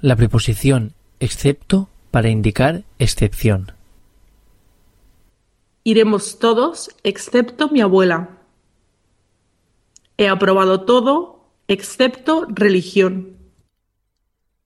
la preposición excepto para indicar excepción. Iremos todos excepto mi abuela. He aprobado todo excepto religión.